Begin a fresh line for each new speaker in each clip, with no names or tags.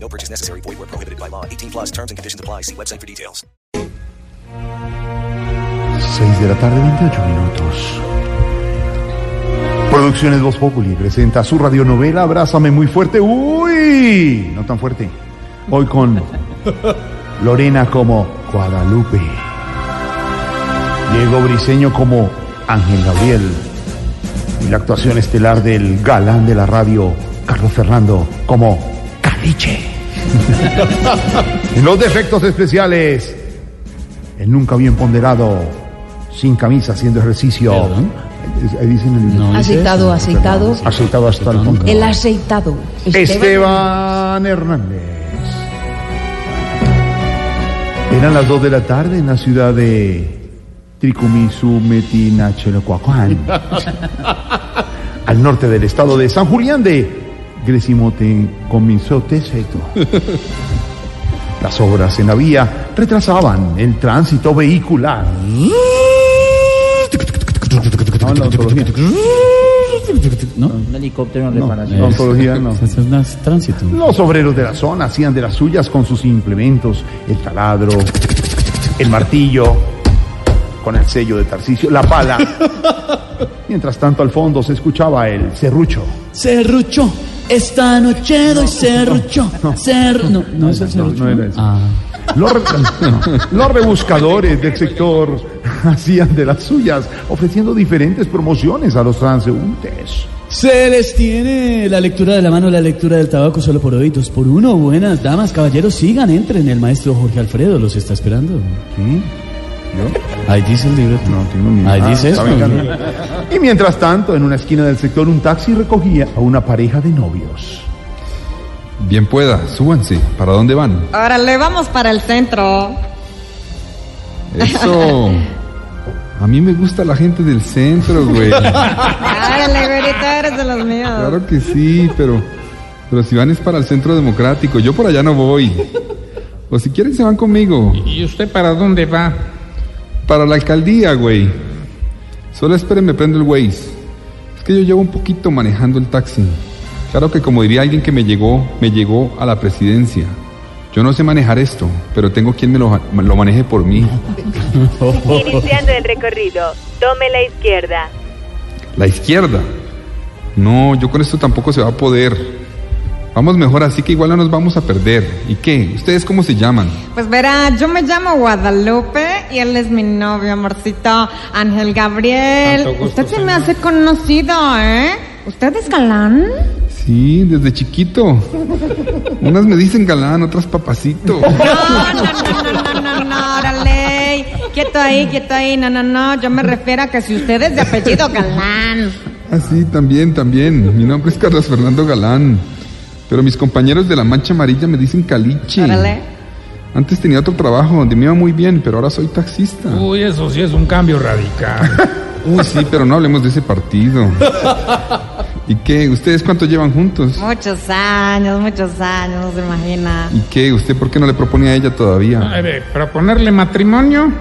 No purchase necessary. Void where prohibited by law. 18 plus terms and conditions apply. See website for details.
6 de la tarde, 28 minutos. Producciones Voz Populi presenta su radionovela Abrázame muy fuerte. ¡Uy! No tan fuerte. Hoy con Lorena como Guadalupe. Diego Briseño como Ángel Gabriel. Y la actuación estelar del galán de la radio, Carlos Fernando, como Caliche. en los defectos especiales, el nunca bien ponderado, sin camisa, haciendo ejercicio. Eh, dicen el-
Aceitado, aceitado.
Aceitado hasta el punto.
El aceitado.
Esteban Hernández. Eran las 2 de la tarde en la ciudad de Tricumisu, al norte del estado de San Julián de Gresimote, Comisote, Seto. Las obras en la vía retrasaban el tránsito vehicular. No, la ontología.
¿No? Un helicóptero en reparación.
la ontología no.
Es un tránsito.
Los obreros de la zona hacían de las suyas con sus implementos, el taladro, el martillo, con el sello de Tarcicio, la pala. Mientras tanto, al fondo se escuchaba el serrucho.
Serrucho, esta noche doy serrucho. Serru... No, no es el serrucho.
no era ese.
Ah.
Los, re- los rebuscadores del sector hacían de las suyas, ofreciendo diferentes promociones a los transeúntes.
Se les tiene la lectura de la mano, la lectura del tabaco solo por hoy, dos por uno. Buenas damas, caballeros, sigan, entren. El maestro Jorge Alfredo los está esperando.
¿Sí?
Ahí dice el libro.
No, tengo miedo.
Ahí
Ah,
dice
está
eso.
brincando. Y mientras tanto, en una esquina del sector, un taxi recogía a una pareja de novios.
Bien pueda, súbanse. ¿Para dónde van?
Ahora le vamos para el centro.
Eso. A mí me gusta la gente del centro, güey.
Árale, güerita, eres de los míos.
Claro que sí, pero. Pero si van es para el centro democrático. Yo por allá no voy. O si quieren se van conmigo.
¿Y usted para dónde va?
Para la alcaldía, güey. Solo esperen, me prendo el Waze. Es que yo llevo un poquito manejando el taxi. Claro que como diría alguien que me llegó, me llegó a la presidencia. Yo no sé manejar esto, pero tengo quien me lo, lo maneje por mí.
Iniciando el recorrido, tome la izquierda.
La izquierda. No, yo con esto tampoco se va a poder. Vamos mejor, así que igual no nos vamos a perder. ¿Y qué? ¿Ustedes cómo se llaman?
Pues verá, yo me llamo Guadalupe y él es mi novio, amorcito. Ángel Gabriel.
Tanto gusto,
Usted se me
señor.
hace conocido, ¿eh? ¿Usted es galán?
Sí, desde chiquito. Unas me dicen galán, otras papacito.
No, no, no, no, no, no, no, órale. Quieto ahí, quieto ahí. No, no, no. Yo me refiero a que si usted es de apellido galán.
Así, Ah, también, también. Mi nombre es Carlos Fernando Galán. Pero mis compañeros de la Mancha Amarilla me dicen caliche.
Órale.
Antes tenía otro trabajo donde me iba muy bien, pero ahora soy taxista.
Uy, eso sí es un cambio radical.
Uy, sí, pero no hablemos de ese partido. ¿Y qué? ¿Ustedes cuánto llevan juntos?
Muchos años, muchos años, no se imagina.
¿Y qué? ¿Usted por qué no le propone a ella
A
todavía?
ver, ¿Proponerle matrimonio?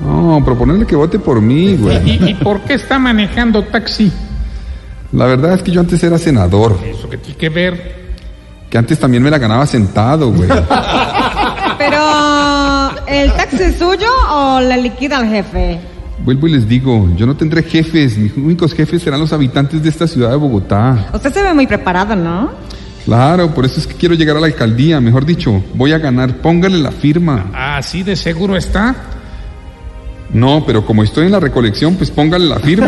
No, proponerle que vote por mí, güey.
¿Y, y por qué está manejando taxi?
La verdad es que yo antes era senador,
Eso que tiene que ver.
que antes también me la ganaba sentado, güey.
Pero, ¿el taxi es suyo o le liquida al jefe?
Vuelvo y les digo, yo no tendré jefes, mis únicos jefes serán los habitantes de esta ciudad de Bogotá.
Usted se ve muy preparado, ¿no?
Claro, por eso es que quiero llegar a la alcaldía, mejor dicho, voy a ganar, póngale la firma.
Así ah, de seguro está.
No, pero como estoy en la recolección, pues póngale la firma.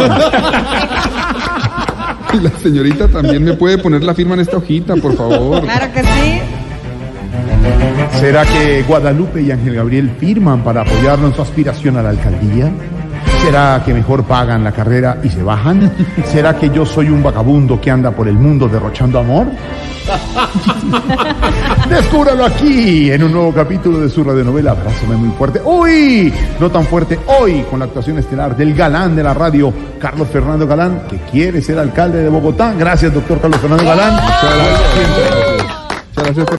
Y la señorita también me puede poner la firma en esta hojita, por favor.
Claro que sí.
¿Será que Guadalupe y Ángel Gabriel firman para apoyarnos en su aspiración a la alcaldía? ¿Será que mejor pagan la carrera y se bajan? ¿Será que yo soy un vagabundo que anda por el mundo derrochando amor? Descúbralo aquí en un nuevo capítulo de su radionovela Abrázame muy fuerte. Uy, no tan fuerte hoy con la actuación estelar del galán de la radio, Carlos Fernando Galán, que quiere ser alcalde de Bogotá. Gracias, doctor Carlos Fernando Galán.
Muchas gracias. Muchas gracias por